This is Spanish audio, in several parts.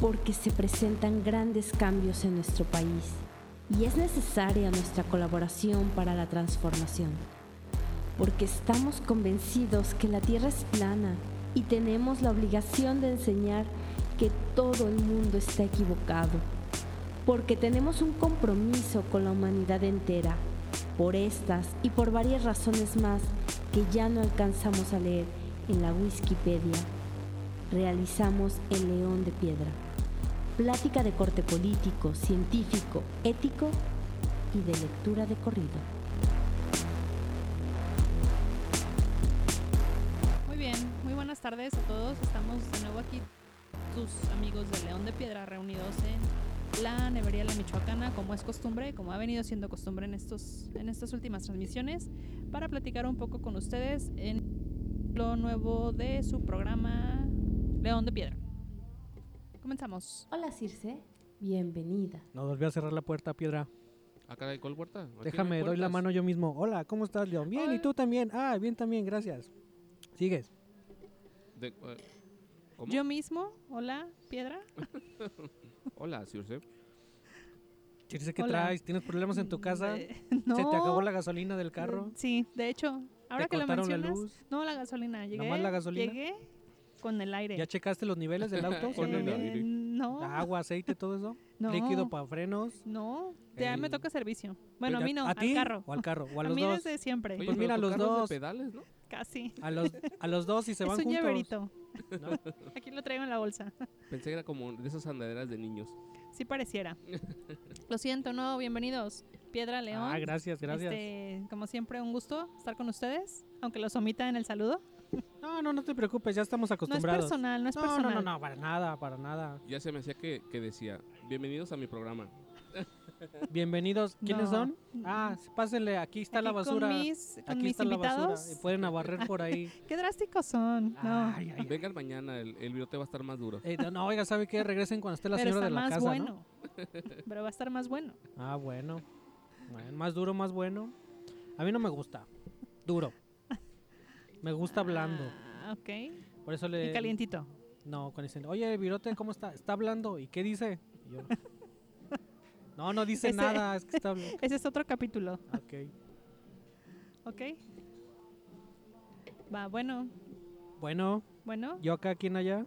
porque se presentan grandes cambios en nuestro país y es necesaria nuestra colaboración para la transformación, porque estamos convencidos que la Tierra es plana y tenemos la obligación de enseñar que todo el mundo está equivocado, porque tenemos un compromiso con la humanidad entera, por estas y por varias razones más que ya no alcanzamos a leer en la Wikipedia realizamos El León de Piedra, plática de corte político, científico, ético y de lectura de corrido. Muy bien, muy buenas tardes a todos. Estamos de nuevo aquí, tus amigos de León de Piedra, reunidos en la Nevería La Michoacana, como es costumbre, como ha venido siendo costumbre en, estos, en estas últimas transmisiones, para platicar un poco con ustedes en lo nuevo de su programa León de Piedra. Comenzamos. Hola Circe, bienvenida. No volví a cerrar la puerta, piedra. Ah, caray, ¿cuál puerta? Aquí no hay Déjame, doy la puertas. mano yo mismo. Hola, ¿cómo estás, León? Bien, ¿y Hola. tú también? Ah, bien también, gracias. Sigues. De- eh, ¿Cómo? Yo mismo, hola, Piedra. Hola, Circe. Circe, ¿qué Hola. traes? ¿Tienes problemas en tu casa? Eh, no. ¿Se te acabó la gasolina del carro? Mm, Sí, de hecho, ahora ¿Te que lo cortaron la mencionas, luz? no la gasolina, llegué. más la gasolina? Llegué con el aire. ¿Ya checaste los niveles del auto? Con Eh, el aire. no. Agua, aceite, todo eso. No. Ah, Líquido para frenos. No, ya El- me toca servicio. Bueno, a mí no, ¿A al ti? carro. O al carro, o a a los mí dos. desde siempre, Oye, Pues pero mira, tu los carro es de dos. pedales, ¿no? casi. A los, a los dos y se es van un juntos. Ah, llaverito. ¿no? Aquí lo traigo en la bolsa. Pensé que era como de esas andaderas de niños. Sí pareciera. lo siento, no, bienvenidos. Piedra León. Ah, gracias, gracias. Este, como siempre, un gusto estar con ustedes, aunque los omita en el saludo. No, no, no te preocupes, ya estamos No es acostumbrados. personal, no es no, personal. no, no, para nada, para nada. Ya se me hacía que, que decía, bienvenidos a mi programa. Bienvenidos. ¿Quiénes No. son? Ah, pásenle, aquí está la Aquí basura. Con mis, con aquí mis está la invitados. basura. Y pueden abarrer por ahí. Qué drásticos son. No. Ay, ay, ay. Vengan mañana, el, el virote va a estar más duro. Eh, no, no, oiga, ¿sabe qué? Regresen cuando esté la pero señora está de la más casa, ¿no? bueno. Pero va a estar más bueno. Ah, bueno. Bueno, Más duro, más bueno. A mí no me gusta. Duro. Me gusta blando. Ah, ok. Por eso le... Y calientito. No, cuando dicen, oye, Virote, ¿cómo está? Está hablando. ¿Y qué dice? Y yo, no, no dice Ese- nada. Es que está hablando. Ese es otro capítulo. Ok. Ok. Va, bueno, Bueno, bueno. yo acá, ¿quién allá?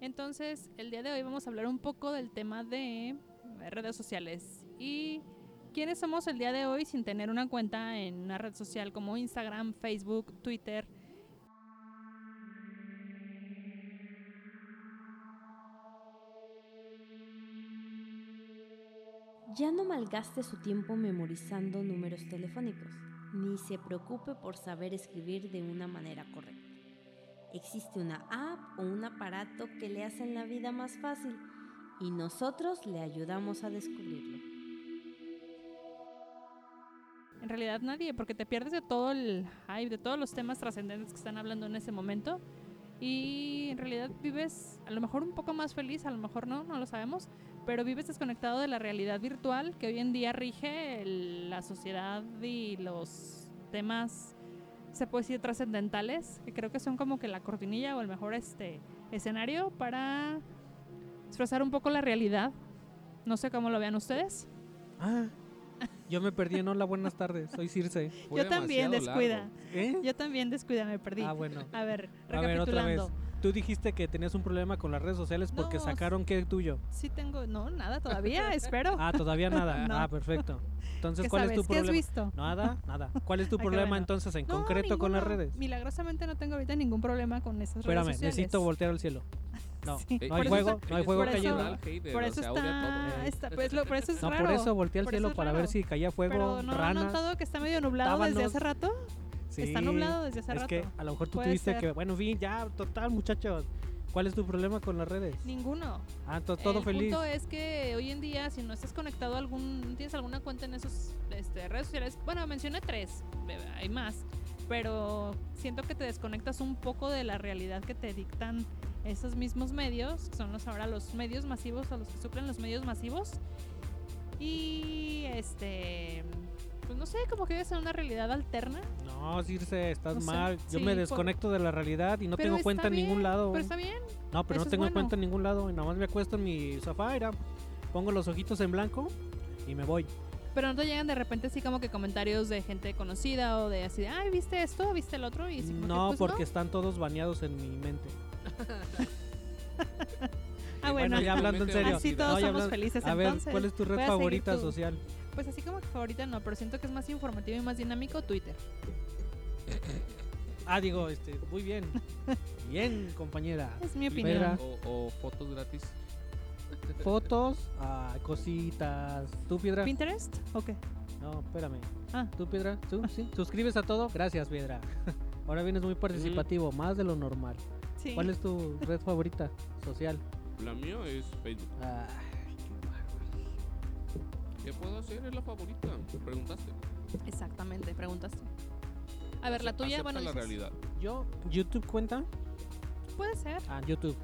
Entonces, el día de hoy vamos a hablar un poco del tema de eh, redes sociales. ¿Y quiénes somos el día de hoy sin tener una cuenta en una red social como Instagram, Facebook, Twitter? Ya no malgaste su tiempo memorizando números telefónicos, ni se preocupe por saber escribir de una manera correcta. Existe una app o un aparato que le hacen la vida más fácil y nosotros le ayudamos a descubrirlo. En realidad nadie, porque te pierdes de todo el hype, de todos los temas trascendentes que están hablando en ese momento. Y en realidad vives a lo mejor un poco más feliz, a lo mejor no, no lo sabemos, pero vives desconectado de la realidad virtual que hoy en día rige el- la sociedad y los temas, se puede decir, trascendentales, que creo que son como que la cortinilla o el mejor este, escenario para disfrazar un poco la realidad. No sé cómo lo vean ustedes. Ah, yo me perdí en Hola, buenas tardes. Soy Circe. Fue Yo también, demasiado descuida. largo. ¿Eh? Yo también descuida, me perdí. Ah, bueno. A ver, A ver, otra vez. recapitulando. Tú dijiste que tenías un problema con las redes sociales porque No, sacaron qué tuyo. Sí tengo, no, nada todavía, espero. Ah, todavía nada. No. Ah, perfecto. Entonces, ¿Qué ¿cuál sabes? es tu ¿Qué has problema? visto? Nada, nada. ¿Cuál es tu qué problema bueno. entonces en No, concreto con las ninguno. redes? Milagrosamente no tengo ahorita ningún problema con esas Espérame, redes sociales. necesito voltear al cielo. No, Sí. Eh, no hay por juego, eso- no hay juego por eso- cayendo. Total hater, Por o eso sea, odia todo. está, está- pues lo- por eso es no, raro. por eso volteé al por cielo eso es para raro. ver si caía fuego, Pero no han ranas. notado que está medio nublado desde tábanos. hace rato. Sí, está nublado desde hace es rato. que a lo mejor tú Puede tuviste ser. que, bueno, en fin, ya, total, muchachos. ¿Cuál es tu problema con las redes? Ninguno. Ah, to- todo el feliz. punto es que hoy en día, si no estás conectado a algún, tienes alguna cuenta en esas redes sociales, bueno, mencioné tres, eh, hay más, pero siento que te desconectas un poco de la realidad que te dictan esos mismos medios, que son los ahora los medios masivos, a los que suplen los medios masivos. Y este, pues no sé, como que vives en una realidad alterna. No, Circe, estás No sé. mal. Yo Sí, me por- desconecto de la realidad y no Pero tengo está cuenta en bien, ningún lado. Pero está bien, No, pero Eso no es tengo bueno. cuenta en ningún lado. y Nada más me acuesto en mi sofá, era, pongo los ojitos en blanco y me voy. Pero no te llegan de repente así como que comentarios de gente conocida o de así de, ay, ¿viste esto? ¿Viste el otro? Y así como que, No, "Pues porque están todos baneados en mi mente. Ah, bueno, bueno. ya hablando en serio. Así todos No, ya somos hablan- felices A ver, entonces. ¿cuál es tu voy red a seguir favorita tu- social? Pues así como que favorita no, pero siento que es más informativo y más dinámico Twitter. Ah, digo, este, muy bien. Bien, compañera. Es mi opinión. Vera. O, o fotos gratis. Fotos, ah, cositas. ¿Tú, Piedra? ¿Pinterest? ¿O qué? No, espérame. Ah. ¿Tú, Piedra? ¿Tú? ¿Sí? ¿Suscribes a todo? Gracias, Piedra. Ahora vienes muy participativo, más de lo normal. Sí. ¿Cuál es tu red favorita social? La mía es Facebook. Ah, qué bárbaro. ¿Qué puedo hacer? Es la favorita. Preguntaste. Exactamente, preguntas tú. A ver, la Ace- acepta tuya, bueno, la dices, realidad. Yo, ¿YouTube cuenta? puede ser, Ah, YouTube.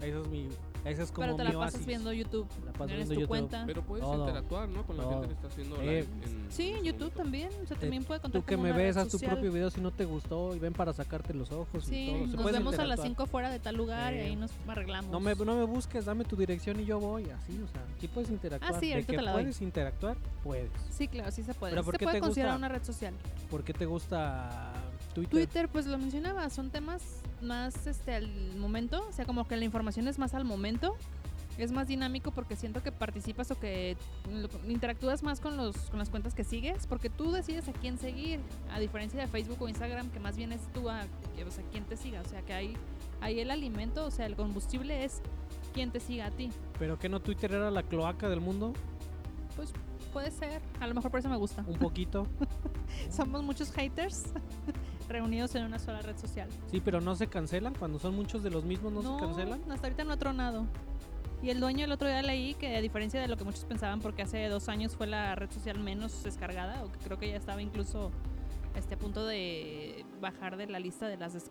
Esa es mi. Esa es como pero te mi la pasas oasis. viendo YouTube. La paso Tienes viendo tu YouTube. cuenta. Pero puedes Todo. interactuar, ¿no? Con la Todo. gente que está haciendo Eh, live. en- sí, en en ese YouTube momento. también. O sea, Eh, también puede contar Tú que como me una red ves, haz tu social. propio video si no te gustó y ven para sacarte los ojos y Sí, todo. Se nos puede vemos a las interactuar. 5 fuera de tal lugar y Eh, ahí nos arreglamos. No me, no me busques, dame tu dirección y yo voy. Así, o sea, aquí puedes interactuar. Ah, sí, de ahorita que te la doy. puedes interactuar, puedes. Sí, claro, sí se puede. Pero Sí ¿por se qué puede te considerar gusta? una red social. ¿Por qué te gusta Twitter? Twitter, pues lo mencionaba, son temas más este al momento, o sea, como que la información es más al momento. Es más dinámico porque siento que participas o que lo- interactúas más con los con las cuentas que sigues, porque tú decides a quién seguir, a diferencia de Facebook o Instagram que más bien es tú a, o sea, quién te siga, o sea, que ahí ahí el alimento, o sea, el combustible es quién te siga a ti. ¿Pero que no Twitter era la cloaca del mundo? Pues puede ser, a lo mejor por eso me gusta. Un poquito. Somos muchos haters reunidos en una sola red social. sí, pero no se cancelan. Cuando son muchos de los mismos, no, se cancelan. Hasta ahorita no ha tronado. Y el dueño el otro día leí que a diferencia de lo que muchos pensaban, porque hace dos años fue la red social menos descargada, o que creo que ya estaba incluso este, a punto de bajar de la lista de las des-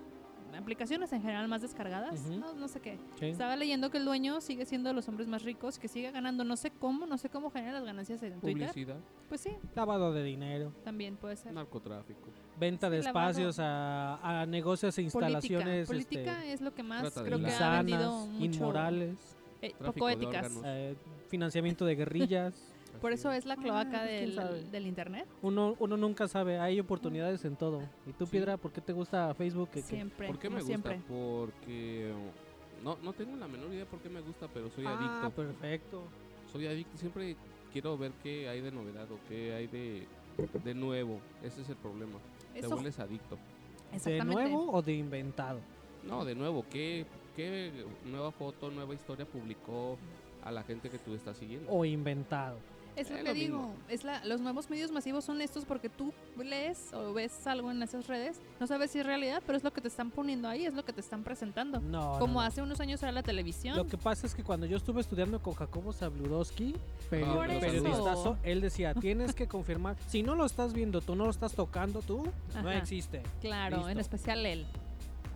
aplicaciones en general más descargadas, Ujú. no, no sé qué. Sí. Estaba leyendo que el dueño sigue siendo de los hombres más ricos, que sigue ganando, no sé cómo, no sé cómo genera las ganancias en Twitter. Publicidad, Pues sí, Lavado de dinero, también puede ser. narcotráfico. venta de Sí, lavado. espacios a, a negocios e instalaciones política, política este, es lo que más trata de creo que ha vendido insanas, mucho, inmorales, eh, Tráfico poco de éticas. órganos. eh, financiamiento de guerrillas. Por Así eso es la cloaca pues, quién sabe. del, del internet. Uno, uno nunca sabe, hay oportunidades en todo. ¿Y tú, Sí. Piedra, por qué te gusta Facebook? Que- que- Siempre. ¿Por qué como me gusta? siempre. Porque oh, no, no tengo la menor idea por qué me gusta, pero soy Ah, adicto. perfecto. Soy adicto, siempre quiero ver qué hay de novedad o qué hay de, de nuevo. Ese es el problema. Te Eso, vuelves adicto. ¿De exactamente. nuevo o de inventado? No, de nuevo, ¿qué, qué nueva foto, nueva historia publicó a la gente que tú estás siguiendo? O inventado. Es lo Es que lo digo. mismo. Es la, los nuevos medios masivos son estos porque tú lees o ves algo en esas redes. No sabes si es realidad, pero es lo que te están poniendo ahí, es lo que te están presentando. No. Como no, no. hace unos años era la Lo televisión. que pasa es que cuando yo estuve estudiando con Jacobo Zabludowski, peri- Por eso. periodistazo, él decía, tienes que confirmar, si no lo estás viendo, tú no lo estás tocando, tú, no Ajá. existe. Claro, en Listo. especial él.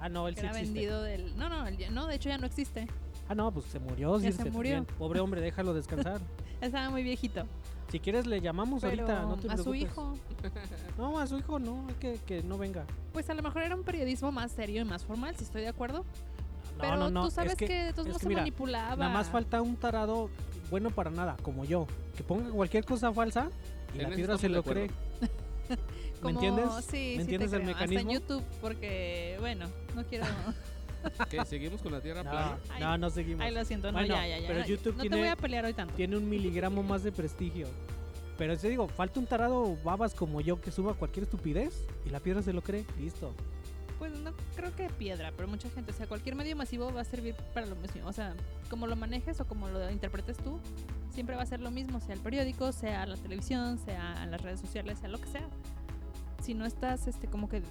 Ah, no, él Que sí era existe. vendido del. No, no, él ya- no, de hecho ya no existe. Ah, no, pues se murió. Ya sí, se murió. también. Pobre hombre, déjalo descansar. Estaba muy viejito. si quieres le llamamos Pero ahorita, no te a su preocupes. hijo. No, a su hijo no, hay que, que no venga. Pues a lo mejor era un periodismo más serio y más formal, si estoy de acuerdo. No, pero no, no. tú sabes es que, de todos es modos que se mira, manipulaba. Nada más falta un tarado bueno para nada, como yo, que ponga cualquier cosa falsa y En la eso piedra estamos se de lo cree. acuerdo. ¿Me Como- entiendes? Sí, ¿Me sí entiendes te el creo. mecanismo? Hasta en YouTube, porque, bueno, no quiero. Oh. ¿Qué, ¿Seguimos con la Tierra Ah. No, plana? no, no seguimos. Ay, lo siento, no, Bueno, ya, ya, ya. pero no, YouTube no tiene- te voy a pelear hoy tanto. Tiene un miligramo más de prestigio. Pero te digo, falta un tarado babas como yo que suba cualquier estupidez y la piedra se lo cree. Listo. Pues no creo que piedra, pero mucha gente. O sea, cualquier medio masivo va a servir para lo mismo. O sea, como lo manejes o como lo interpretes tú, siempre va a ser lo mismo, sea el periódico, sea la televisión, sea las redes sociales, sea lo que sea. Si no estás, este, como que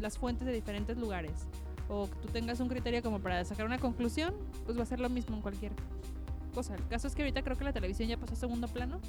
las fuentes de diferentes lugares o que tú tengas un criterio como para sacar una conclusión, pues va a ser lo mismo en cualquier cosa. El caso es que ahorita creo que la televisión ya pasó a segundo plano.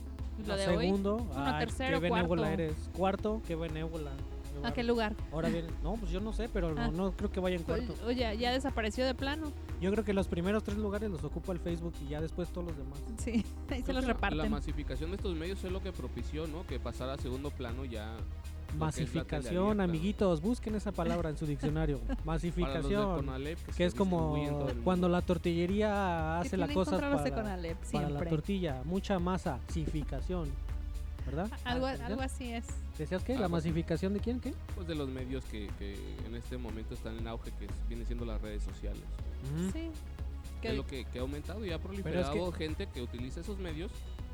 Lo de hoy. Segundo, ay, tercero, qué benévola cuarto. eres. Cuarto, qué benévola. Qué ¿A bárbaro. qué lugar? Ahora bien, no, pues yo no sé, pero no, Ah. no creo que vaya en cuarto. Pues, Oye, ya desapareció de plano. Yo creo que los primeros tres lugares los ocupa el Facebook y ya después todos los demás. Sí, ahí se Creo los que la- La reparten. masificación de estos medios es lo que propició, ¿no? Que pasara a segundo plano ya es la tele Masificación, abierta. amiguitos, busquen esa palabra en su diccionario. Para los de Masificación, Conalep, que es se distribuyen todo como el mundo. cuando la tortillería ¿Qué hace la tienen cosa contra los de para, Conalep? para la Siempre. tortilla, mucha masificación, ¿verdad? A- Algo, Ah, ¿decías? algo así es. ¿Decías qué? ¿La Algo así. masificación de quién? ¿Qué? Pues de los medios que, que en este momento están en auge, que es- vienen siendo las redes sociales. Ujú. Sí. Que es Que- lo que, que ha aumentado y ha es proliferado que- gente que utiliza esos medios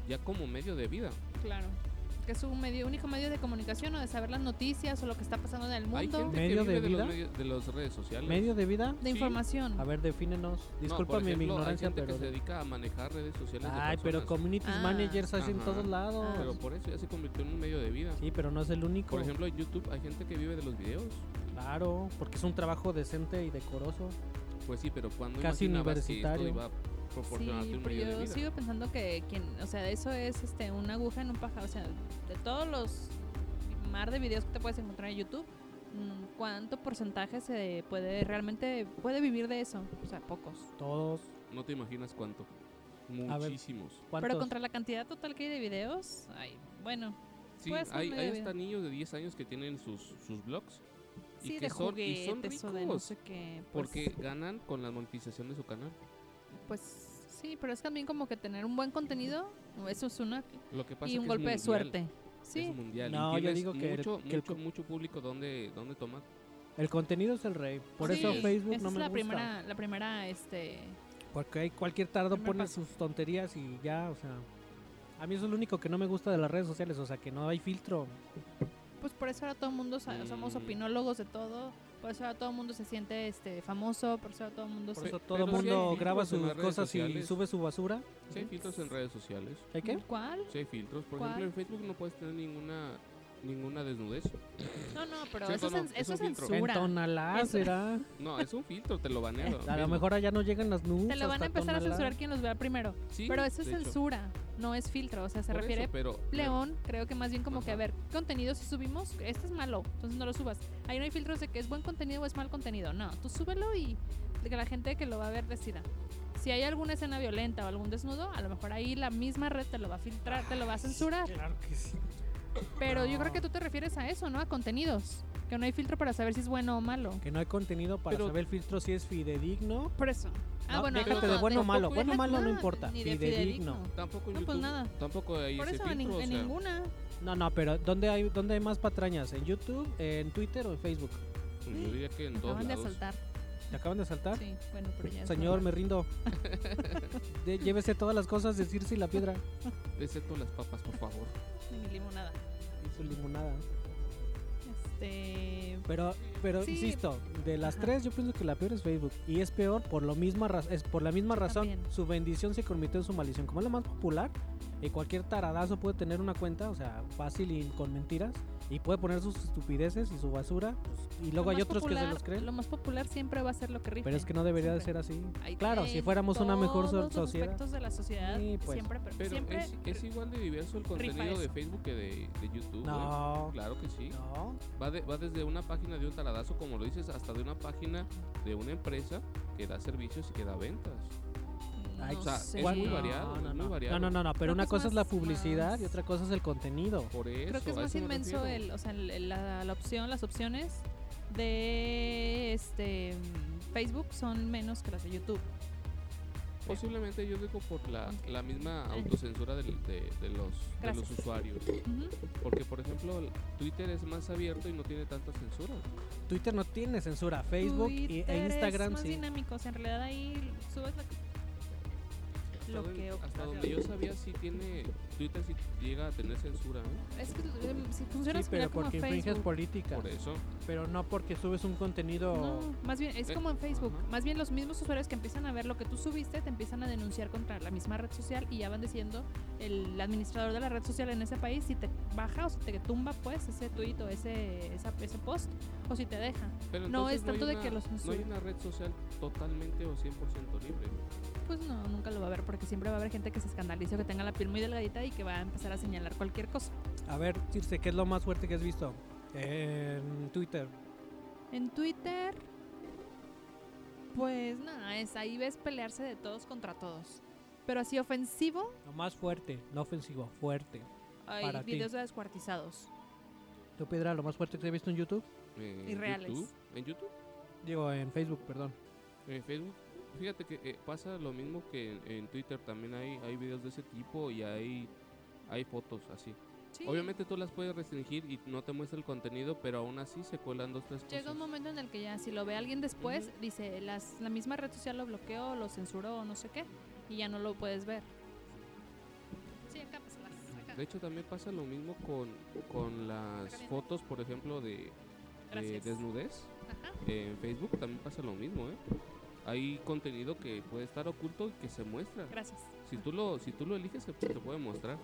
ya como medio de vida. Claro. Que es un medio, único medio de comunicación o de saber las noticias o lo que está pasando en el Hay mundo. gente ¿Medio que vive de de, los vida? medios- de las redes sociales. ¿Medio de vida? de sí. información. A ver, defínenos. No, por Discúlpame mi ejemplo, ignorancia, Hay gente pero... que se dedica a manejar redes sociales. de Ay, pero personas, community Ah, managers hay en ajá. todos lados. Ah. pero por eso ya se convirtió en un medio de vida. Sí, pero no es el único. Por ejemplo, en YouTube hay gente que vive de los videos. Claro, porque es un trabajo decente y decoroso. Pues sí, pero cuando Casi imaginabas que esto universitario. iba a proporcionarte Sí, un pero medio de yo vida? sigo pensando que quien, o sea, eso es este una aguja en un pajar, o sea, de todos los mar de videos que te puedes encontrar en YouTube, mm, ¿cuánto porcentaje se puede realmente puede vivir de eso? O sea, pocos. Todos. No te imaginas cuánto. A ver. Muchísimos. ¿Cuántos? Pero contra la cantidad total que hay de videos, ay, bueno, Sí, Puede ser hay, medio hay de hasta vida. niños de 10 años que tienen sus, sus blogs. Y sí que de son- y son juguetes o de no ricos, sé qué, pues, Porque ganan con la monetización de su canal. pues sí, pero es también como que tener un buen contenido, eso es una Lo que pasa y es un que golpe de es mundial, suerte. Sí. Es mundial. No, yo y tienes digo que el- mucho, que el mucho, co- mucho público donde, donde tomar. El contenido es el rey. Por eso Sí, Facebook esa no es me la gusta. primera la primera este Porque hay cualquier tardo primer pone paso. sus tonterías y ya, o sea. A mí eso es lo único que no me gusta de las redes sociales, o sea, que no hay filtro. Pues por eso ahora todo el mundo sa- Mm. somos opinólogos de todo, por eso ahora todo el mundo se siente este famoso, por eso ahora todo el mundo Por se eso Pe- todo el pero sí hay mundo filtros graba en sus las redes cosas y sociales. sube su basura. Si hay filtros en redes sociales. ¿Hay qué? ¿Cuál? Si hay filtros. Por ¿Cuál? ejemplo, en Facebook no puedes tener ninguna ninguna desnudez. No, no, pero Sí, eso, no, no, es, cen- es eso un es filtro. En censura. Tonalá Eso. será. No, es un filtro, te lo banean. A lo mejor allá no llegan las nubes. Te lo van a empezar a censurar quien los vea primero. Sí, pero eso es de hecho. censura, no es filtro, o sea, se Por eso, refiere pero, León, creo que más bien como que a Ajá. ver, contenido si subimos, este es malo, entonces no lo subas. Ahí no hay filtros de que es buen contenido o es mal contenido. No, tú súbelo y de que la gente que lo va a ver decida. Si hay alguna escena violenta o algún desnudo, a lo mejor ahí la misma red te lo va a filtrar, te lo va a censurar. Ah, Claro que sí. Pero yo creo No. que tú te refieres a eso, ¿no? A contenidos. Que no hay filtro para saber si es bueno o malo. Que no hay contenido para Pero- saber el filtro si es fidedigno. Por eso. Ah, No, bueno, déjate no, de no, bueno o tampoco- malo. Bueno o malo no, no importa. ni de Fidedigno. fidedigno. Tampoco en No, pues YouTube. nada. Tampoco hay Por ese eso en, filtro. nin- o en sea, ninguna. No, no, pero ¿dónde hay, ¿dónde hay más patrañas? ¿En YouTube, en Twitter o en Facebook? pues Yo diría que en todos Acaban de lados. asaltar. ¿Te acaban de saltar? Sí, bueno, pero ya. es Pues, Señor, normal. me rindo. De- llévese todas las cosas de Circe y la piedra. Excepto las papas, por favor. Ni mi limonada. Y su limonada. Este. Pero, pero Sí. insisto, de las Ajá. tres yo pienso que la peor es Facebook. Y es peor por, lo misma raz- es por la misma Yo razón. también. Su bendición se convirtió en su maldición. Como es la más popular, y cualquier taradazo puede tener una cuenta, o sea, fácil y con mentiras. Y puede poner sus estupideces y su basura. pues, Y lo luego hay más otros que se popular- los creen. Lo más popular siempre va a ser lo que rige. Pero es que no debería de ser siempre. así. Ahí Claro, si tienen fuéramos una mejor so- todos los sociedad. aspectos de la sociedad Sí, pues. siempre, pero, Pero siempre es, es igual de diverso el contenido de eso. Facebook que de, de YouTube. ¿eh? No. Claro que sí. No. Va, de- va desde una página de un taradazo, como lo dices, hasta de una página de una empresa que da servicios y que da ventas. Ay, o sea, sé. es ¿Cuál? muy No, variado, no, es muy no. variado. No, no, no, no, pero Creo una que es cosa es la más- publicidad y más- otra cosa es el contenido. Por eso. Creo que es a más eso me inmenso refiero. el, o sea, el- el- la, la opción, las opciones de este mm, Facebook son menos que las de YouTube. Posiblemente yo digo por la, Ok. la misma autocensura del- de, de los, de los Gracias. usuarios. Ujú. Porque, por ejemplo, el Twitter es más abierto y no tiene tanta censura. Twitter no tiene censura, Facebook y, Twitter e es Instagram más sí. dinámico, o sea, en realidad ahí subes la- Hasta lo donde- que hasta ocupas. donde yo sabía, sí tiene. Twitter sí llega a tener censura, ¿no? Es que eh, si Sí, funciona similar pero como porque infringes Facebook. políticas, Por eso. pero no porque subes un contenido. No, más bien es Eh, como en Facebook. ajá. Más bien los mismos usuarios que empiezan a ver lo que tú subiste te empiezan a denunciar contra la misma red social y ya van diciendo el administrador de la red social en ese país si te baja o si te tumba pues ese tuit o ese, esa- ese post o si te deja. Pero No, entonces es tanto hay de que una- los No hay censuren. una red social totalmente o 100% libre. Pues no, nunca lo va a ver porque siempre va a haber gente que se escandalice o que tenga la piel muy delgadita y que va a empezar a señalar cualquier cosa. A ver, Circe, ¿qué es lo más fuerte que has visto? En Twitter. En Twitter, pues nada, es ahí ves pelearse de todos contra todos. Pero así ofensivo, Lo más fuerte, no ofensivo, fuerte. hay Para ti. videos de descuartizados. Yo piedra lo más fuerte que he visto en YouTube. eh, Y reales. YouTube, en YouTube, Digo, en Facebook, perdón. en Facebook. Fíjate que eh, pasa lo mismo que en, en Twitter, también hay, hay videos de ese tipo y hay, hay fotos así. Sí. Obviamente tú las puedes restringir y no te muestra el contenido, pero aún así se cuelan dos, tres Llega un cosas. momento en el que ya si lo ve alguien después, dice, las, la misma red social lo bloqueó, lo censuró o no sé qué, y ya no lo puedes ver. Sí, acá pásalas, acá. De hecho, también pasa lo mismo con, con las Caliente. fotos, por ejemplo, de, de Gracias. desnudez. Ajá. En Facebook también pasa lo mismo, ¿eh? Hay contenido que puede estar oculto y que se muestra. Gracias. Si tú lo, si tú lo eliges, se te puede mostrar.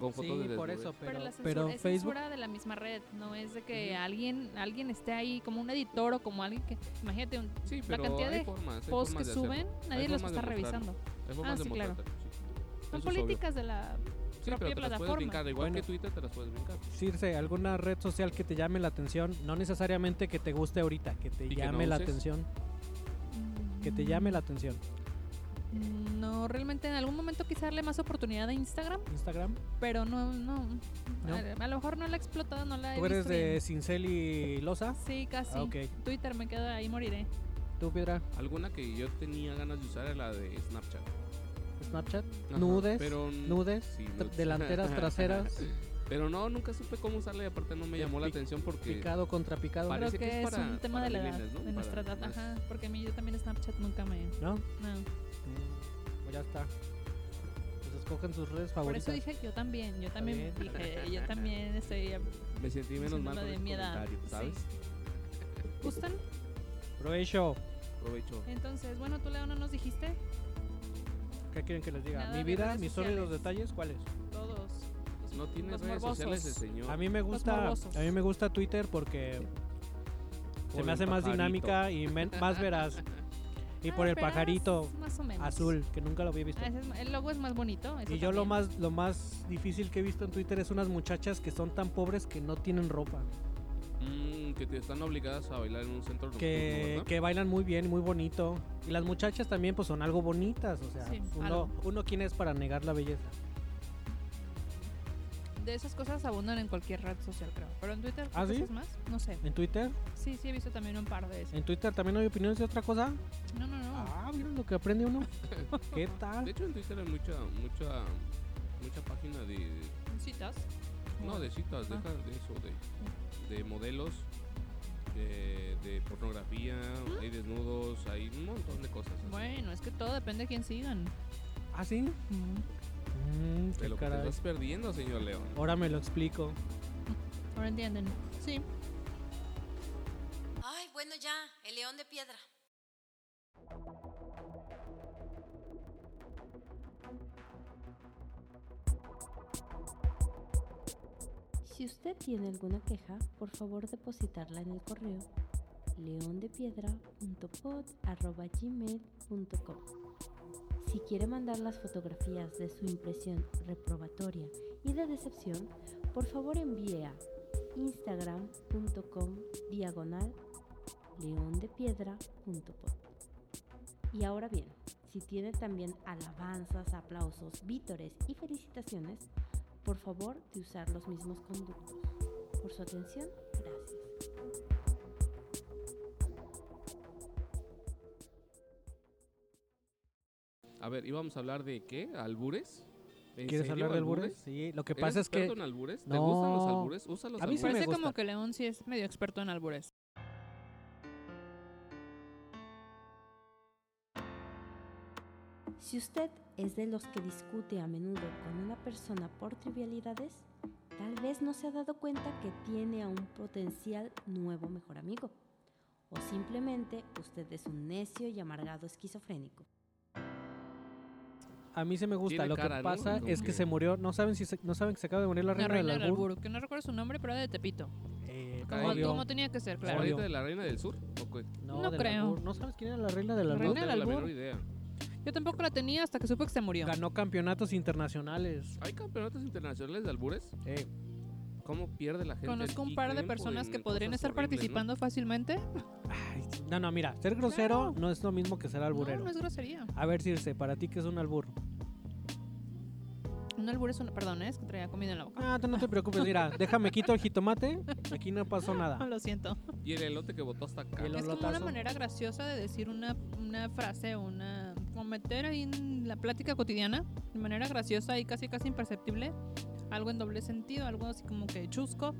Con fotos de Sí, por desnudez. eso, Pero, pero, la censura pero es Facebook. censura de la misma red, no es de que alguien alguien esté ahí como un editor o como alguien que... Imagínate, un, Sí, la pero cantidad hay de formas, posts hay que formas de hacerlo. suben, nadie los Hay formas de está mostrarlo. revisando. Hay formas Ah, de sí, claro. mostrarlo, sí. Eso Son es obvio. políticas de la Sí, propia pero te las puedes plataforma. brincar. Igual Bueno. que Twitter te las puedes brincar. Circe, alguna red social que te llame la atención, no necesariamente que te guste ahorita, que te Y que llame no la uses. atención, que te llame la atención. Mm, No, realmente en algún momento quise darle más oportunidad a Instagram, Ah, Instagram. pero no, no. ¿No? A, a lo mejor no la he explotado, no la he Tú eres visto de bien. Cincel y Loza. Sí, casi. Ah, ok. Twitter me queda ahí, moriré. Tú piedra, Alguna que yo tenía ganas de usar era la de Snapchat. Snapchat. Ajá, nudes. pero n- nudes. sí, tr- nudes. Delanteras traseras. Pero no, nunca supe cómo usarla y aparte no me De llamó la pic- atención porque... picado contra picado. Parece Creo que que, es es, para- un tema para de la edad, millennials, ¿no? de nuestra Para edad. más- Ajá, porque a mí yo también Snapchat nunca me... ¿No? No. Mm, pues ya está. Pues escogen sus redes Por favoritas. eso dije yo también, yo también bien. dije, yo también estoy... Me sentí menos Siendo mal la con de ese mi edad, comentario, sí. ¿sabes? ¿Gustan? Provecho. Provecho. Entonces, bueno, tú Leo no nos dijiste ¿Qué quieren que les diga? Nada Mi de vida, redes mis sólidos sociales. detalles, ¿cuáles? todos. los- No tiene los redes morbosos. sociales el señor. A mí me gusta, morbosos. a mí me gusta Twitter porque se Por me el hace más pajarito. dinámica y men- más veraz. Y por Ah, el verás, pajarito Más o menos. azul que nunca lo había visto. Ah, ese es ma- el logo es más bonito. eso Y yo lo también. más lo más difícil que he visto en Twitter es unas muchachas que son tan pobres que no tienen ropa, Mm, que te están obligadas a bailar en un centro que, nocturno, ¿verdad? que bailan muy bien, muy bonito. Y las muchachas también pues son algo bonitas, o sea, Sí, uno, algo. uno quién es para negar la belleza. De esas cosas abundan en cualquier red social, creo. Pero en Twitter, ¿Ah, sí? ¿qué cosas más? No sé. En Twitter, Sí, sí, he visto también un par de esas. en Twitter también hay opiniones de otra cosa. No, no, no. Ah, miren lo que aprende uno. ¿Qué De tal? hecho, en Twitter hay mucha, mucha, mucha página de... Citas. No, de citas, Ah. deja de eso, de, de modelos, de, de pornografía, ¿Mm? hay desnudos, hay un montón de cosas. así. Bueno, es que todo depende de quién sigan. ¿Ah, sí? Mm, De qué lo que te caray. estás perdiendo, señor León. Ahora me lo explico. Ahora entienden. Sí. Ay, bueno ya, el león de piedra. Si usted tiene alguna queja, por favor depositarla en el correo leondepiedra.pod.gmail.com Si quiere mandar las fotografías de su impresión reprobatoria y de decepción, por favor envíe a instagram.com diagonal leondepiedra.pod Y ahora bien, si tiene también alabanzas, aplausos, vítores y felicitaciones, por favor de usar los mismos conductos. Por su atención, gracias. A ver, íbamos a hablar de qué? ¿Albures? ¿En ¿Quieres serio, hablar de albures? Sí, lo que pasa ¿Eres es que experto en albures? ¿Te gustan los No. albures? Usa los A mí sí albures. Parece gusta. como que León sí es medio experto en albures. Si usted es de los que discute a menudo con una persona por trivialidades, tal vez no se ha dado cuenta que tiene a un potencial nuevo mejor amigo. O simplemente usted es un necio y amargado esquizofrénico. a mí sí me gusta. Tiene Lo que cara, ¿no? pasa Como es que que- se murió. No saben si se- no saben que se acaba de morir la reina del del albur. albur, que no recuerdo su nombre, pero era de Tepito. Eh, Caray, Como, Dios. murió. como tenía que ser, ¿La claro. Obvio. reina de la reina del sur? ¿O qué? No del creo. albur. No sabes quién era la reina del La albur. No reina tengo del la menor albur. idea. Yo tampoco la tenía hasta que supe que se murió. Ganó campeonatos internacionales. ¿Hay campeonatos internacionales de albures? Eh, ¿Cómo pierde la gente? Conozco un aquí par de tiempo personas en que podrían cosas estar horribles, participando fácilmente. ay, no, no, mira, ser grosero Claro. no es lo mismo que ser alburero. No, no es grosería. A ver, Circe, para ti qué es un albur. Un albur es una. Perdón, ¿eh? es que traía comida en la boca. Ah, tú no te preocupes, mira, déjame quito el jitomate. Aquí no pasó nada. Lo siento. Y el elote que botó hasta acá. El Es como una olotazo. manera graciosa de decir una, una frase, una. como meter ahí en la plática cotidiana, de manera graciosa y casi casi imperceptible, algo en doble sentido, algo así como que chusco.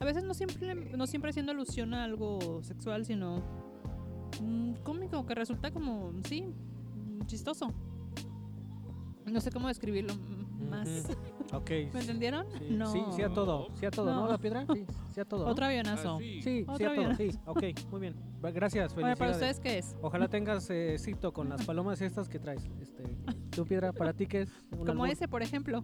A veces no siempre, no siempre haciendo alusión a algo sexual, sino mm, cómico, que resulta como, sí, mm, chistoso. No sé cómo describirlo mm, más. Ok. ¿Me entendieron? Sí, no. sí, sí a todo, sí a todo, ¿no? No. La piedra, sí, sí a todo. ¿no? Otro avionazo. Así. Sí, sí Otro a todo, avión. sí. Ok, muy bien. Va, Gracias, Oye, felicidades. ¿para ustedes qué es? Ojalá tengas eh, éxito con las palomas estas que traes. Este, tu piedra, para ti que es un Como albur? ese, por ejemplo.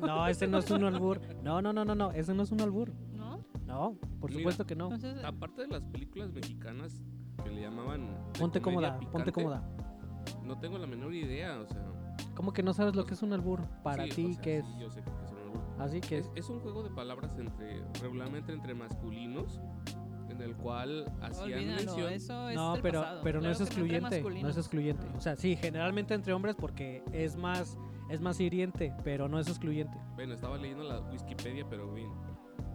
No, ese no es un albur. No, no, no, no, no, ese no es un albur. ¿No? No, por Mira. supuesto que no. Entonces, Aparte de las películas mexicanas que le llamaban. de Ponte comedia cómoda, picante, ponte cómoda. No tengo la menor idea, o sea. ¿Cómo que no sabes lo que es un albur? Para sí, o ti sea, que sí, es. yo sé que es un albur. Así que Es, es un juego de palabras entre regularmente entre masculinos en el cual hacían Olvídalo, mención eso es No, del pero, pasado. pero no Claro es que entre excluyente. No, masculinos. es excluyente. O sea, sí, generalmente entre hombres porque es más, es más hiriente, pero no es excluyente. Bueno, estaba leyendo la Wikipedia, pero bien.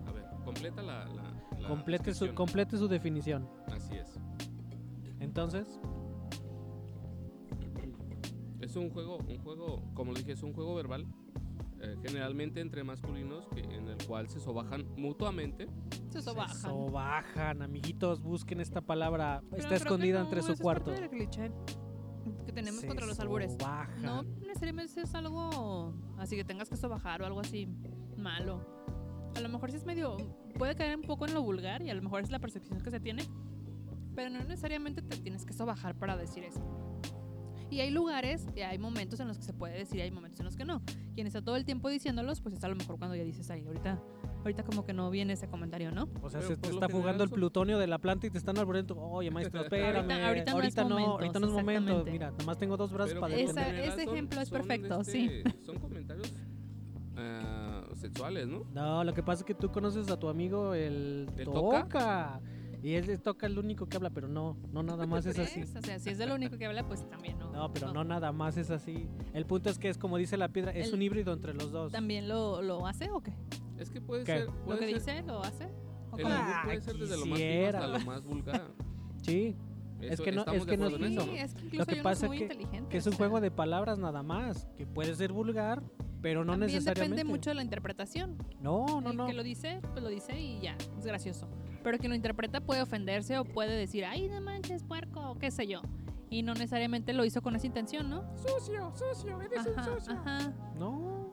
A ver, completa la. la, la Complete su, descripción. complete su definición. Así es. Entonces, Es un juego, un juego, como le dije, es un juego verbal. eh, generalmente entre masculinos que, en el cual se sobajan mutuamente. Se se sobajan. sobajan, amiguitos, busquen esta palabra. Pero está creo escondida que entre no, su eso cuarto. Es parte del cliché que tenemos Se contra los albures. sobajan. No necesariamente es algo así que tengas que sobajar o algo así malo. A lo mejor sí es medio. Puede caer un poco en lo vulgar y a lo mejor es la percepción que se tiene. Pero no necesariamente te tienes que sobajar para decir eso. Y hay lugares y hay momentos en los que se puede decir y hay momentos en los que no. Quien está todo el tiempo diciéndolos, pues es a lo mejor cuando ya dices ahí, ahorita, ahorita como que no viene ese comentario, ¿no? O sea, Pero se por te lo está fugando general el son- plutonio de la planta y te están alborotando. Oye, maestro, espérame. Ahorita- ahorita no es no, momento, ahorita no es momento. exactamente. Mira, nomás tengo dos brazos pero para por lo Esa- defender. general ese son- ejemplo es son, perfecto, este, Son comentarios ah, sexuales, ¿no? No, lo que pasa es que tú conoces a tu amigo el, ¿El toca. Toca? Y él es toca el único que habla, pero no, no nada más es así. ¿Crees? O sea, si es de lo único que habla, pues también no. No, pero no nada más es así. El punto es que es como dice la piedra, es El- un híbrido entre los dos. ¿También lo, lo hace o qué? Es que puede ¿Qué? ser. ¿Lo Puede que ser dice lo hace? ¿O el cómo? Ah, albur puede ser desde lo más fino quisiera. hasta lo más vulgar. Sí, Es Eso- que no- estamos es de que no acuerdo en es eso, Sí, ¿no? es que incluso que hay unos pasa muy que- inteligentes, que es un o sea, juego de palabras nada más, que puede ser vulgar, pero no también necesariamente. depende mucho de la interpretación. No, no, El no. que lo dice, pues lo dice y ya, es gracioso. Pero quien lo interpreta puede ofenderse o puede decir, ay, no manches, puerco, o qué sé yo. Y no necesariamente lo hizo con esa intención, ¿no? Sucio, sucio, eres Ajá, ajá. No,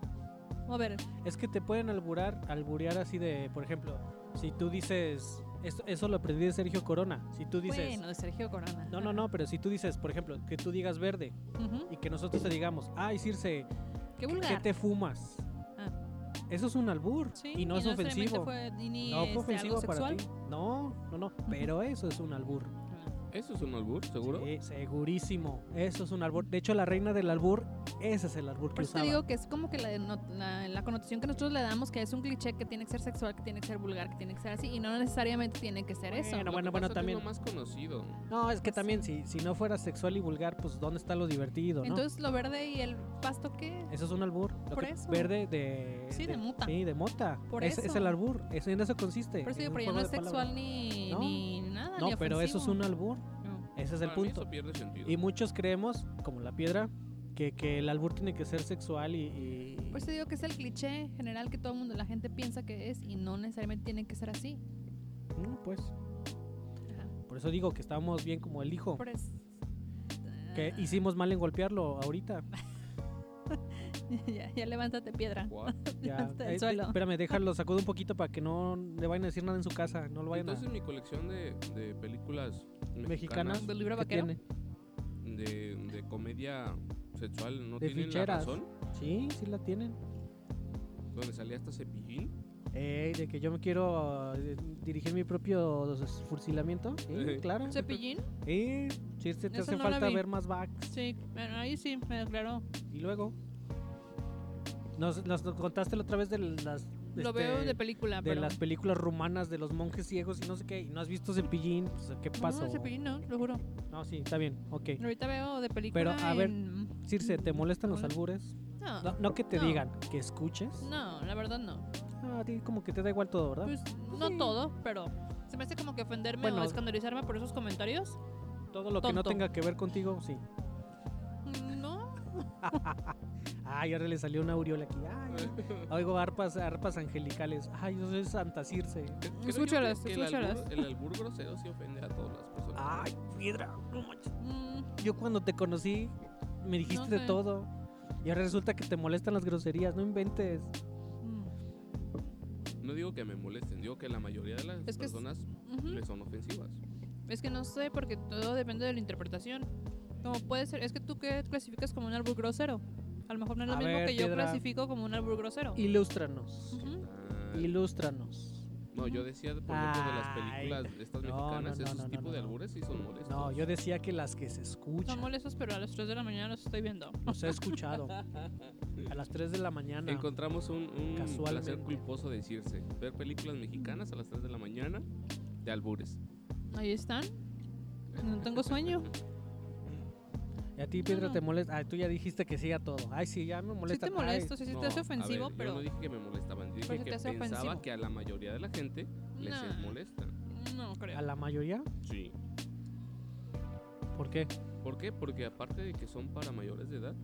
A ver, es que te pueden alburar, alburear así de, por ejemplo, si tú dices, eso, eso lo aprendí de Sergio Corona, si tú dices, bueno, de Sergio Corona. no, no, no, pero si tú dices, por ejemplo, que tú digas verde Ujú. y que nosotros te digamos, ay, Circe, Qué ¿qué vulgar. Ah. te fumas? Eso es un albur Sí, y no es necesariamente ofensivo. Fue, y ni No este, fue ofensivo algo para sexual. Ah. ti. No, no, no, pero eso es un albur. Eso es un albur, seguro. Sí, segurísimo. Eso es un albur. De hecho, la reina del albur, ese es el albur que Por eso usaba. te digo que es como que la, deno- la- la connotación que nosotros le damos, que es un cliché que tiene que ser sexual, que tiene que ser vulgar, que tiene que ser así, y no necesariamente tiene que ser eso. Bueno, Lo que bueno, bueno, pasa es que también. Es lo más conocido. No, es que también si, si no fuera sexual y vulgar, pues ¿dónde está lo divertido, no? Entonces, lo verde y el pasto, ¿qué? eso es un albur. Lo por que- eso. Verde de... Sí, de mota. Sí, de mota. Por es, es eso. el albur. Eso, en eso consiste. Por eso en digo, un pero ya juego no es de palabras. sexual ni, No. ni nada. No, ni pero eso es ofensivo. un albur. No. Ese es el Para mí punto. eso pierde sentido. Y muchos creemos, como la piedra, que, que el albur tiene que ser sexual y... y- Por eso digo que es el cliché general que todo el mundo, la gente piensa que es, y no necesariamente tiene que ser así. Mm, pues. Ajá. Por eso digo que estábamos bien como el hijo. Por eso. Que hicimos mal en golpearlo ahorita. ya, ya levántate piedra. What? Ya, Hasta el eh, suelo. Espérame, déjalo, sacudo un poquito para que no le vayan a decir nada en su casa. No lo vayan Entonces a. mi colección de, de películas Mexicanas. mexicanas, Del libro ¿Qué vaquero. tiene? de, de comedia sexual no De tienen ficheras. la razón. Sí, sí la tienen. Donde salía hasta cepillín. Ey, de que yo me quiero eh, dirigir mi propio s- fusilamiento. Sí, Ey. claro. Cepillín, Sí, sí, te, te Esa hace no la falta vi. ver más backs. sí, bueno, ahí sí me declaró. Y luego. Nos, nos contaste la otra vez de las. Lo este, veo de película, de pero... las películas rumanas de los monjes ciegos y no sé qué, y no has visto Cepillín, pues, ¿qué pasó? No, Cepillín no, lo juro. No, sí, está bien, ok. Ahorita veo de película a ver, en- Circe, ¿te molestan los Hola. albures? No, No, no que te No. digan, que escuches. no, la verdad no. Ah, a ti como que te da igual todo, ¿verdad? Pues, no todo, pero se me hace como que ofenderme Bueno. o escandalizarme por esos comentarios. todo lo que no tonto. tenga que ver contigo, sí. Mm, No, Ay, ahora le salió una aureola aquí. Ay, oigo arpas, arpas angelicales. Ay, yo soy Santa Circe. Creo yo Escúchalas, que- que el albur- escúchalas. El albur grosero sí ofende a todas las personas. Ay, piedra. no manches. mm, Yo cuando te conocí, me dijiste sé. de todo. Y ahora resulta que te molestan las groserías, no inventes. mm, No digo que me molesten, digo que la mayoría de las Es que es- personas ujú. le son ofensivas. Es que no sé, porque todo depende de la interpretación. Como puede ser, es que tú qué clasificas como un árbol grosero. A lo mejor no es lo A mismo ver, que yo Piedra. clasifico como un árbol grosero. Ilústranos. Ujú. Ah, Ilústranos. no, yo decía, por ejemplo, de las películas estas no, no, mexicanas, no, esos no, no, tipos de no. albures sí son molestos. No, yo decía que las que se escuchan. Son molestos, pero a las 3 de la mañana los estoy viendo. Los he escuchado. A las 3 de la mañana. Encontramos un, un placer Casualmente. culposo de decirse. Ver películas mexicanas a las 3 de la mañana de albures. Ahí están. No tengo sueño. Y a ti, Piedra, no. te molesta. Ay, tú ya dijiste que sí a todo. Ay, sí, ya me Sí molesta. te molesto, sí, sí te hace No, a ver, ofensivo, yo pero... no dije que me molestaban, dije Pero se que te hace pensaba ofensivo. que a la mayoría de la gente les es Nah, molesta. no creo. a la mayoría. Sí. ¿Por qué? ¿Por qué? Porque aparte de que son para mayores de edad,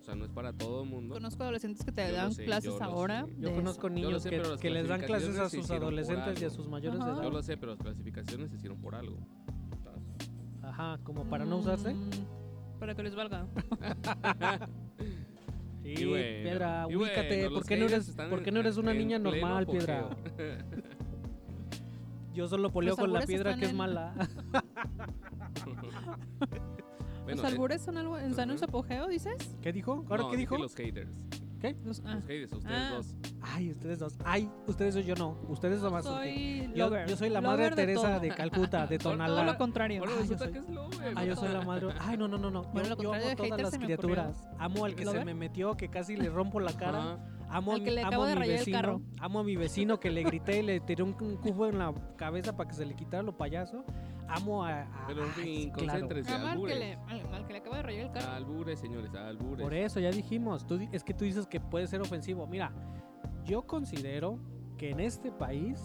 o sea, no es para todo el mundo. Conozco adolescentes que te Pues, Yo lo dan sé, yo clases lo ahora. sé. Yo de conozco eso. Yo lo niños sé, que, pero las que les dan clases a clasificaciones se sus hicieron por adolescentes y a algo. sus mayores de Ajá. Yo edad. lo sé, pero las clasificaciones se hicieron por algo. Ajá, como para no usarse. Mm, Para que les valga. Sí, Y bueno, Piedra, y bueno, ubícate. los ¿Por qué no haters eres, están ¿por qué en- no eres una en niña pleno normal, apogeo. Piedra? Yo solo poleo Los con la albures piedra están que es en- mala. ¿Los Bueno, eh, albures son algo, están en ajá. su apogeo, dices? ¿Qué dijo? ¿Ahora no, qué dije dijo? Los haters. Los- ah, Los haters, ustedes Ah. dos. Ay, ustedes dos. Ay, ustedes dos, yo no. Ustedes nomás. son haters. soy Yo, lover, yo soy la madre lover Teresa todo. de Calcuta, de Todo lo Todo Tonalá. lo contrario. Bueno, yo resulta soy- que es lo Ah, Ah, yo soy la madre. Ay, no, no, no, no. Bueno, yo, lo yo contrario amo de a todas hater las se me ocurrió. criaturas. Amo al que se ¿Lover? me metió, que casi le rompo la cara. Amo a Al mi, que le amo acabo a de mi rayar el vecino. carro. Amo a mi vecino que le grité y le tiré un, un cubo en la cabeza para que se le quitara lo payaso. Amo a. a- Pero en ay, fin, claro. concéntrense. Ah, mal que, le, Albures. al, al que le acabo de rayar el carro. Albures, señores, albures. Por eso, ya dijimos. Tú di- es que tú dices que puede ser ofensivo. Mira, yo considero que en este país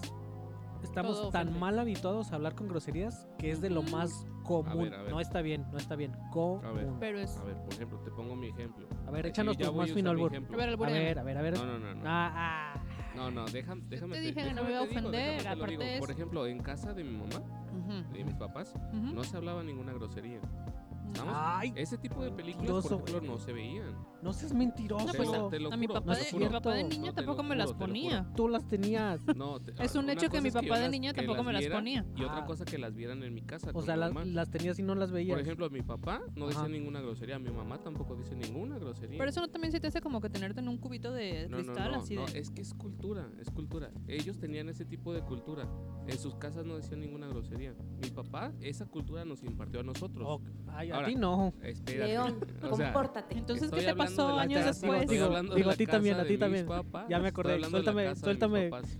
estamos Todo tan ofende. mal habituados a hablar con groserías que es de lo Ujú. más común. a ver. No está bien, no está bien. Común. Pero es. Ah, A ver, por ejemplo, te pongo mi ejemplo. A ver, Sí, échanos ya tu voy más a fino usar mi albur. ejemplo. A ver, A albureame. ver, a ver, a ver. No, no, no. No, Ah, ah. no, no déjame, déjame. dije que no déjame me iba a te digo, ofender, déjame te lo digo. aparte es- Por ejemplo, en casa de mi mamá, Ujú, de mis papás, ujú. no se hablaba ninguna grosería. No. Vamos. Ay, Ese tipo de películas, Mentiroso, por ejemplo, güey. no se veían. no seas mentiroso. No, te pues lo- a, te lo a mi juro, papá no de, es mi cierto. papá de No, niña te tampoco lo me las juro, te lo ponía. Tú las tenías. No, te- Es un una hecho que cosa mi es yo papá de las- niña que tampoco me las viera ponía. Y otra Ah. cosa que las vieran en mi casa. O con sea, mi la- mamá. las tenías y no las veías. Por ejemplo, mi papá no decía Ajá. ninguna grosería, mi mamá tampoco dice ninguna grosería. Pero eso no también se te hace como que tenerte en un cubito de no, no, cristal no, así no, de. es que es cultura, es cultura. Ellos tenían ese tipo de cultura. En sus casas no decían ninguna grosería. Mi papá esa cultura nos impartió a nosotros. Ok. Ay, a Ahora, ti no. Espérate. León, o sea, compórtate. Entonces, estoy ¿qué te hablando de pasó la años casa, digo, después? estoy hablando de digo, a la ti también, casa a ti de mis también. papás, Ya me estoy acordé, hablando de la suéltame, casa de mis suéltame. papás.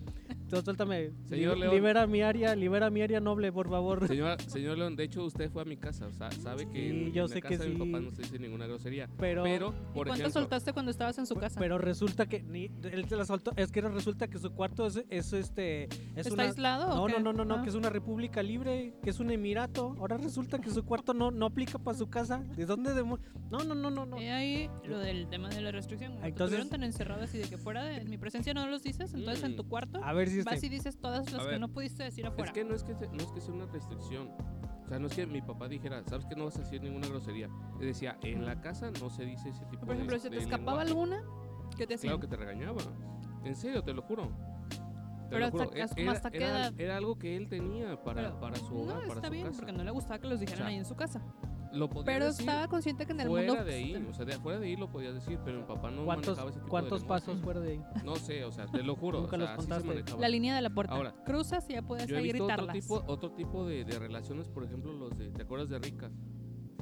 Tú suéltame. Señor Li- León. Libera mi área, libera mi área noble, por favor. Señora- señor León, de hecho usted fue a mi casa, o sea, sabe que Sí, en, yo en la sé que casa de mi papá sí. no se dice ninguna grosería. Pero, Pero, por ¿Cuánto ejemplo, soltaste cuando estabas en su casa? pero resulta que ni, él se la soltó. Es que resulta que su cuarto es, es este. Es ¿Está una, aislado? o no, no, qué? no, no, no, Ah. que es una república libre, que es un emirato. Ahora resulta que su cuarto no, no aplica para su casa. ¿De dónde demo- No, no, no, no, no. He ahí lo del tema de la restricción. Entonces, te Entonces- tuvieron tan encerrado así de que fuera de mi presencia no los dices, entonces en tu cuarto A ver si vas este. y dices todas las Mm. A que ver, no pudiste decir afuera. es que no es que, se- no es que sea una restricción. O sea, no es que mi papá dijera, sabes que no vas a decir ninguna grosería. Le decía, en la casa no se dice ese tipo de Por ejemplo, si de te escapaba lenguaje". alguna, ¿qué te hacían? este, Claro que te regañaba. En serio, te lo juro. Te Pero lo hasta- juro. E- hasta- era, ¿hasta qué era- edad? era algo que él tenía para, Pero- para su no, hogar, para está su bien, casa. porque no le gustaba que los dijeran O sea, ahí en su casa. Lo podía Pero decir estaba consciente que en el fuera mundo. pues, de ahí, o sea, de afuera de ahí lo podías decir, pero mi papá no ¿Cuántos, manejaba ese tipo cuántos de lenguaje. pasos fuera de ahí? No sé, o sea, te lo juro. Nunca o los sea, contaste. Así se manejaba. La línea de la puerta. Ahora, Cruzas y ya puedes Yo he ahí visto otro gritarlas. tipo, otro tipo de, de relaciones, por ejemplo, los de. ¿Te acuerdas de Rica?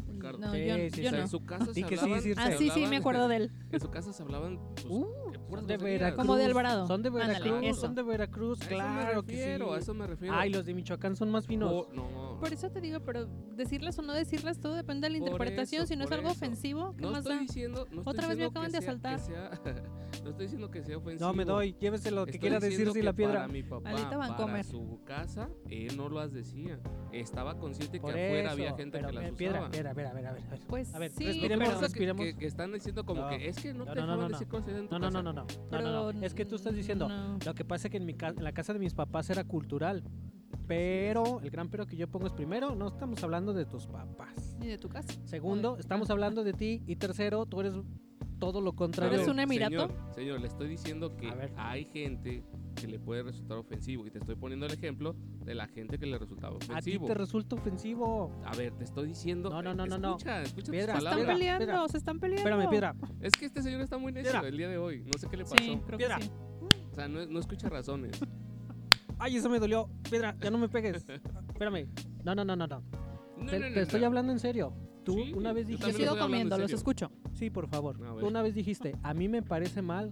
Ricardo. No, Sí, yo, sí, yo o sea, no. en su casa se Di que sí, hablaban. Circe. Ah, sí, se sí, me hablaban- acuerdo de él. En su casa se hablaban. pues, Uh, que puras Son de groserías. Veracruz. Como de Alvarado. Son de Ándale, Veracruz, eso. son de Veracruz, A eso me claro que sí. refiero, A eso me refiero. Ay, los de Michoacán son más finos. O- no, por eso te digo, pero decirlas o no decirlas, todo depende de la Por interpretación. eso, si no es por algo eso. ofensivo, ¿qué No más estoy da? diciendo, no estoy Otra vez me diciendo que acaban de sea- que asaltar. sea- no estoy diciendo que sea ofensivo. No, me doy, llévese lo que Estoy quiera decir diciendo si que la piedra. Para mi papá, Maldito para Vancomer. su casa, él no las decía. Estaba consciente que Por afuera eso, había gente pero, que las eh, usaba. piedra, piedra, a ver, a ver, a ver. a ver. Pues A ver, sí, Lo que respiremos, pero- pasa es que, respiremos. que- que están diciendo como No. que es que no, No, no, te no, dejaban no, decir cosas en tu No, no, no, no, casa". no, no, pero no, no. Es que tú estás diciendo, no. Lo que pasa es que en, mi ca- en la casa de mis papás era cultural. Pero el gran pero que yo pongo es primero, no estamos hablando de tus papás. Ni de tu casa. Segundo, Joder. estamos hablando de ti. Y tercero, tú eres todo lo A contrario. ¿Eres ver, un emirato? Señor, señor, le estoy diciendo que A ver. hay gente que le puede resultar ofensivo. Y te estoy poniendo el ejemplo de la gente que le resultaba A ti ofensivo. te resulta ofensivo. A ver, te estoy diciendo. No, no, no, no, no. Escucha, escucha Piedra, tus Están palabras. piedra. peleando, se están peleando. Espérame, piedra. Es que este señor está muy necio Piedra. el día de hoy. No sé qué le pasó. Sí, creo Piedra. que sí. O sea, no, no escucha razones. Ay, eso me dolió. Piedra, ya no me pegues. Espérame. No, no, no, no, no. No, te no, no, te estoy no. hablando en serio. Tú Sí, una vez Yo yo También dijiste. estoy sigo hablando en comiendo, los serio. escucho. Sí, por favor. A ver. Tú una vez dijiste, a mí me parece mal.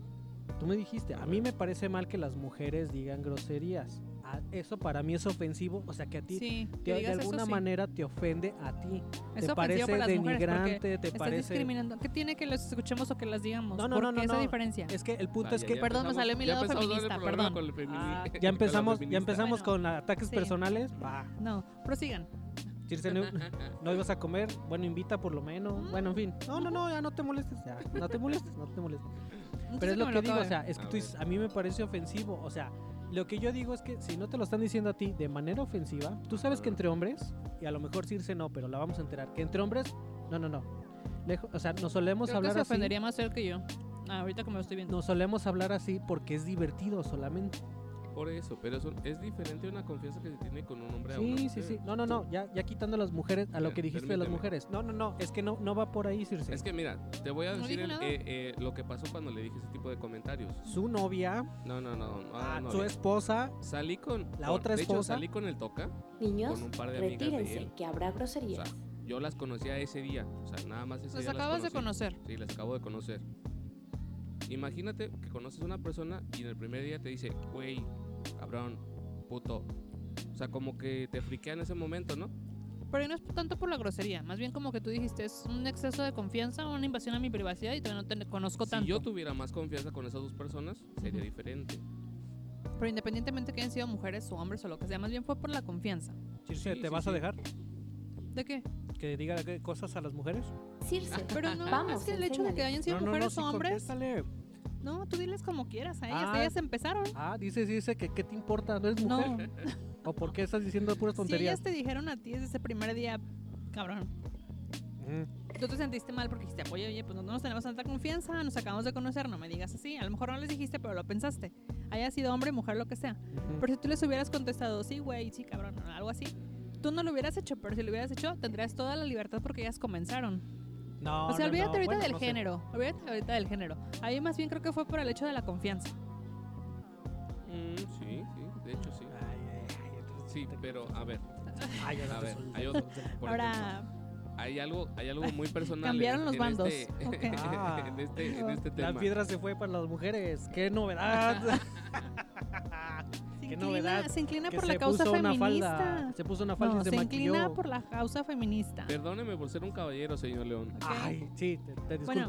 Tú me dijiste, a mí me parece mal que las mujeres digan groserías. A- Eso para mí es ofensivo. O sea, que a ti Sí, te- que de digas eso, alguna sí. manera te ofende a ti. Es te ofensivo parece para las mujeres porque denigrante, te Estás parece. discriminando. ¿Qué tiene que las escuchemos o que las digamos? No, no, ¿Por no, no, qué esa no. diferencia? Es que el punto Vaya, es que Ah, ya Perdón, me empezamos- sale mi ya lado empezamos el feminista, programa perdón. con el femini- Ah, con ya la empezamos, ya feminista. empezamos Bueno, con ataques sí. personales. Bah, No, prosigan. Circe, no, no ibas a comer, bueno, invita por lo menos. Bueno, en fin. No, no, no, ya no te molestes. ya, no te molestes, no te molestes. Pero es lo que digo, o sea, es que A tú ver. dices, a mí me parece ofensivo. O sea, lo que yo digo es que si no te lo están diciendo a ti de manera ofensiva, tú sabes que Ajá. entre hombres, y a lo mejor Circe no, pero la vamos a enterar, que entre hombres, no, no, no. Lejo- o sea, nos solemos Creo que hablar se así. ofendería más él que yo. Ah, ahorita como lo estoy viendo. Nos solemos hablar así porque es divertido solamente. Por eso, pero eso es diferente una confianza que se tiene con un hombre a una Sí, sí, mujer. sí. No, no, no. Ya, ya quitando a las mujeres, a lo Mira, que dijiste de las permíteme. mujeres. No, no, no. Es que no, no va por ahí, Circe. Es que mira, te voy a No decir dije el- nada. eh, eh, lo que pasó cuando le dije ese tipo de comentarios. su novia, No, no, no. no, ah, no, su no. esposa. Salí con. la con- otra de hecho, esposa. salí con el toca. Niños, Con un par de amigas de retírense, él. que habrá groserías. O sea, Yo las conocía ese día. O sea, nada más ese Los día. las Pues acabas de conocí. conocer. Sí, las acabo de conocer. Imagínate que conoces a una persona y en el primer día te dice, güey, cabrón, puto. O sea, como que te friquea en ese momento, ¿no? Pero no es tanto por la grosería, más bien como que tú dijiste, es un exceso de confianza, una invasión a mi privacidad y todavía no te conozco tanto. Si yo tuviera más confianza con esas dos personas, sería Ujú. diferente. Pero independientemente que hayan sido mujeres o hombres o lo que sea, más bien fue por la confianza. Circe, Sí, ¿te sí, vas sí. a dejar ¿De qué? que diga qué cosas a las mujeres? Circe, Pero no, Vamos, es que el hecho de que enséñales. hayan sido mujeres sí, o hombres, contéstale. no, tú diles como quieras a ellas, Ah. ellas empezaron. Ah, dice, dice que qué te importa, no eres mujer. No, ¿O por qué estás diciendo puras si tonterías? ellas te dijeron a ti desde ese primer día, cabrón, Mm, tú te sentiste mal porque dijiste, oye, oye, pues no nos tenemos tanta confianza, nos acabamos de conocer, no me digas así. A lo mejor no les dijiste, pero lo pensaste. Haya sido hombre, mujer, lo que sea. mm. Pero si tú les hubieras contestado, sí, güey, sí, cabrón, o algo así, tú no lo hubieras hecho, pero si lo hubieras hecho, tendrías toda la libertad porque ellas comenzaron. No, o sea, no, no, olvídate ahorita bueno, del no sé. género, olvídate ahorita del género. Ahí más bien creo que fue por el hecho de la confianza. Mm, sí, sí, de hecho sí. Ay, ay, ay, entonces Sí, te- pero a ver, Ay, ya a no te ver, solté, hay no otro. te solté. por ejemplo, Ahora, hay algo, hay algo muy personal. en- Cambiaron los en bandos. este- Ok. Ah. en este, en este La tema. piedra se fue para las mujeres. ¡Qué novedad! se, qué inclina, novedad, se inclina Que por la se causa puso feminista. una falda. Se puso una falda No, y se, se maquilló. inclina por la causa feminista. Perdóneme por ser un caballero, señor León. ¿ok? Ay, sí, te, te Bueno,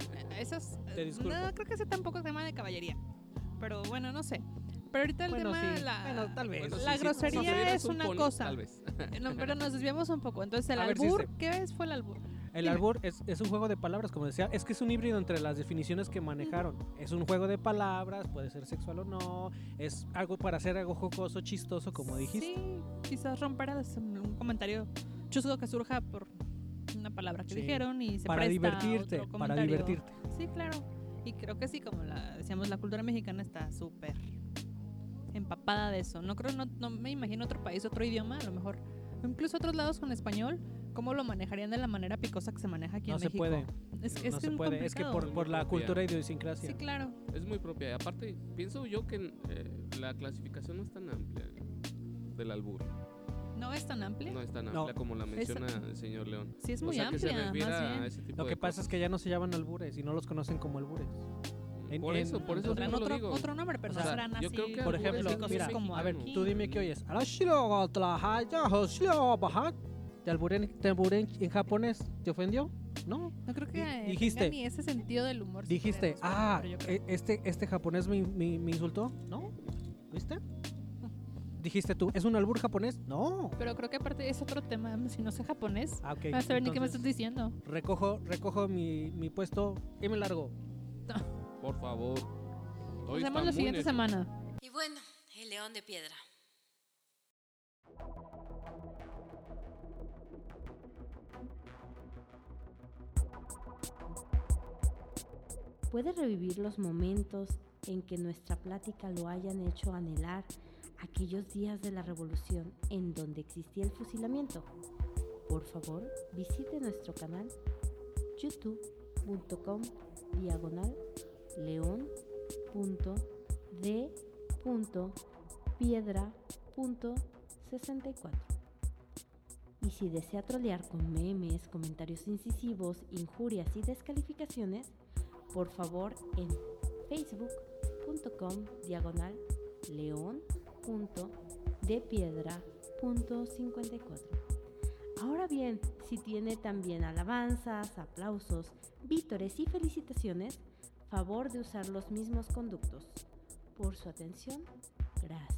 disculpo. Eh, Esas, Te eh, disculpo. No, creo que ese tampoco es tema de caballería. Pero bueno, no sé. Pero ahorita el Bueno, tema, sí. la, Bueno, tal vez. Bueno, Pues, la sí, sí, grosería si tuvieras es un una pony, cosa. Tal vez. No, pero nos desviamos un poco. Entonces, el A ver, albur, Circe. ¿qué es? Fue el albur. El dime. albur es, es un juego de palabras, como decía. Es que es un híbrido entre las definiciones que manejaron. Es un juego de palabras, puede ser sexual o no. Es algo para hacer algo jocoso, chistoso, como dijiste. Sí, quizás romper a- un comentario chusco que surja por una palabra que Sí. dijeron y se para presta a divertirte, otro para comentario. divertirte. Sí, claro. Y creo que sí, como la, decíamos, la cultura mexicana está súper empapada de eso. No creo, no, no me imagino otro país, otro idioma, a lo mejor. o Incluso otros lados con español, ¿cómo lo manejarían de la manera picosa que se maneja aquí No en se México? puede. Es, No es no se un puede. Es que complicado. por, por la Propia. cultura y idiosincrasia. Sí, claro. Es muy propia. Y aparte, pienso yo que eh, la clasificación no es tan amplia del albur. No es tan amplia. No es tan No. amplia como la menciona el señor León. Sí, es o muy sea, que se amplia, más refiere a bien. ese tipo Lo de que pasa es cosas. que ya no se llaman albures y no los conocen como albures. En- por en- eso, por eso Pondrán mismo lo otro, digo. otro nombre, pero O no sea, serán yo así. creo que Por algunos ejemplo, sí cosas mira, como a ver, aquí. tú dime qué oyes. Te alburé en- te alburé en en japonés. ¿Te ofendió? No. No creo que Di- tenga dijiste- ni ese sentido del humor. si Dijiste, queremos, ah, pero yo creo- e- este, este japonés me, me- me insultó. No, ¿viste? Dijiste tú, ¿es un albur japonés? No. Pero creo que aparte es otro tema. Si no sé japonés, Ah, ok. no sé ni qué me estás entonces, diciendo. recojo, recojo mi, mi puesto y me largo. Por favor. Nos Hoy está vemos la muy siguiente necio. semana. Y bueno, el león de piedra. Puede revivir los momentos en que nuestra plática lo hayan hecho anhelar aquellos días de la revolución en donde existía el fusilamiento. Por favor, visite nuestro canal youtube.com diagonal león punto de punto piedra punto 64. Y si desea trolear con memes, comentarios incisivos, injurias y descalificaciones, por favor en facebook.com diagonal león.depiedra.54. Ahora bien, si tiene también alabanzas, aplausos, vítores y felicitaciones, favor de usar los mismos conductos. Por su atención, gracias.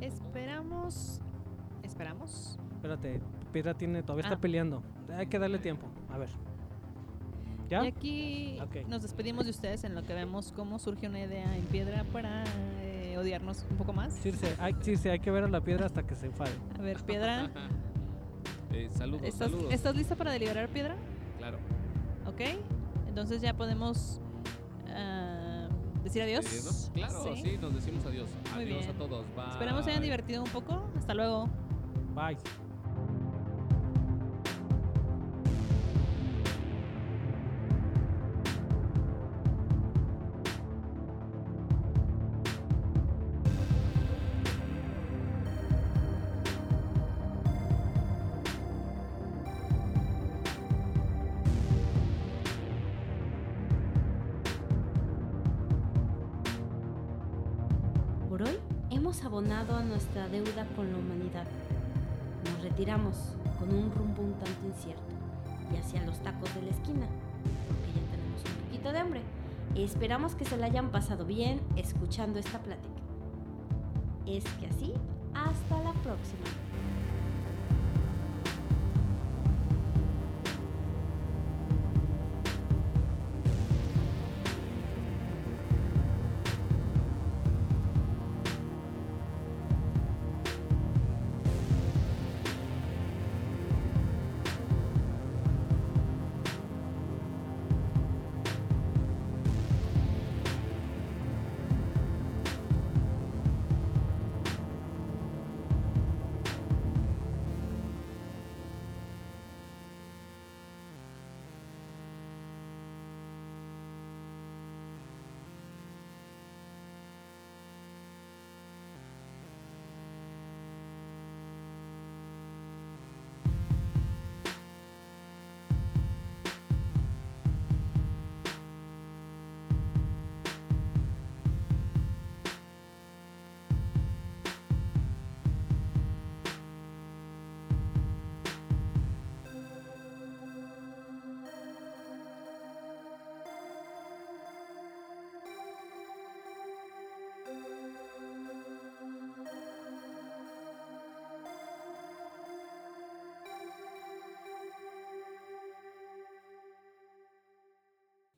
Esperamos. Esperamos. Espérate, Piedra tiene, todavía Ah. está peleando. Hay que darle tiempo. A ver. ¿Ya? Y aquí Ok. nos despedimos de ustedes en lo que vemos cómo surge una idea en piedra para eh, odiarnos un poco más. Circe, hay, Circe, hay que ver a la piedra hasta que se enfade. A ver, piedra. Eh, saludos, ¿Estás, saludos. estás lista para deliberar piedra? Claro. ¿Ok? Entonces ya podemos ah, decir adiós. Eh, ¿no? Claro, sí. nos decimos adiós. Muy adiós bien. a todos. Bye. Esperamos se hayan divertido un poco. Hasta luego. Bye. Por hoy hemos abonado a nuestra deuda con la humanidad. Nos retiramos con un rumbo un tanto incierto y hacia los tacos de la esquina, porque ya tenemos un poquito de hambre. Esperamos que se la hayan pasado bien escuchando esta plática. Es que así, hasta la próxima.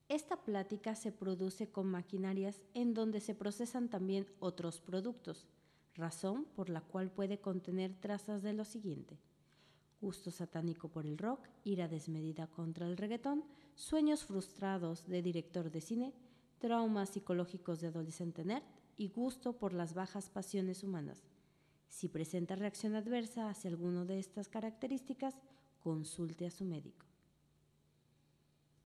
Esta plática se produce con maquinarias en donde se procesan también otros productos, razón por la cual puede contener trazas de lo siguiente. Gusto satánico por el rock, ira desmedida contra el reggaetón, sueños frustrados de director de cine, traumas psicológicos de adolescente nerd y gusto por las bajas pasiones humanas. Si presenta reacción adversa hacia alguno de estas características, consulte a su médico.